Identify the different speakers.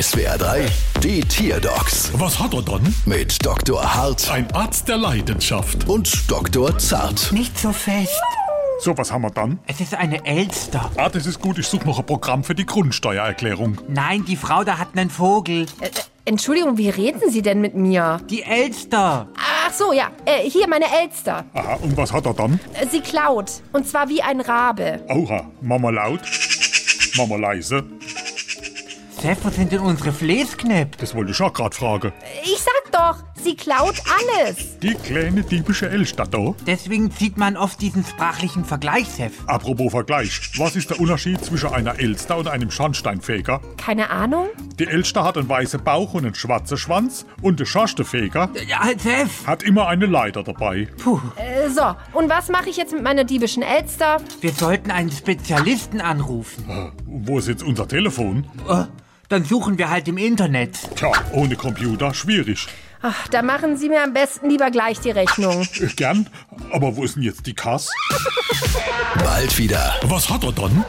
Speaker 1: SWR 3, die Tierdocs
Speaker 2: Was hat er dann?
Speaker 1: mit Dr. Hart
Speaker 2: Ein Arzt der Leidenschaft.
Speaker 1: und Dr. Zart.
Speaker 3: Nicht so fest.
Speaker 2: So, was haben wir dann?
Speaker 3: Es ist eine Elster.
Speaker 2: Ah, das ist gut. Ich suche noch ein Programm für die Grundsteuererklärung.
Speaker 3: Nein, die Frau da hat einen Vogel.
Speaker 4: Äh, Entschuldigung, wie reden Sie denn mit mir?
Speaker 3: Die Elster.
Speaker 4: Ach so, ja. Äh, hier meine Elster.
Speaker 2: Aha, und was hat er dann?
Speaker 4: Äh, Sie klaut. Und zwar wie ein Rabe.
Speaker 2: Oha, Mama laut, Mama leise.
Speaker 3: Seth, wo sind denn unsere Fleesknäpp?
Speaker 2: Das wollte ich auch gerade fragen.
Speaker 4: Ich sag doch, sie klaut alles.
Speaker 2: Die kleine diebische Elstadt da.
Speaker 3: Deswegen zieht man oft diesen sprachlichen Vergleich, Seth.
Speaker 2: Apropos Vergleich, was ist der Unterschied zwischen einer Elster und einem Schornsteinfeger?
Speaker 4: Keine Ahnung?
Speaker 2: Die Elster hat einen weißen Bauch und einen schwarzen Schwanz und der Schorstefeger
Speaker 3: Ja, Seth.
Speaker 2: hat immer eine Leiter dabei.
Speaker 3: Puh,
Speaker 4: Äh, so, und was mache ich jetzt mit meiner diebischen Elster?
Speaker 3: wir sollten einen Spezialisten anrufen.
Speaker 2: Und Wo ist jetzt unser Telefon?
Speaker 3: Äh, Dann suchen wir halt im Internet.
Speaker 2: Tja, ohne Computer schwierig.
Speaker 4: Ach, da machen Sie mir am besten lieber gleich die Rechnung.
Speaker 2: Äh, Gern, aber wo ist denn jetzt die Kasse?
Speaker 1: Bald wieder.
Speaker 2: Was hat er dann?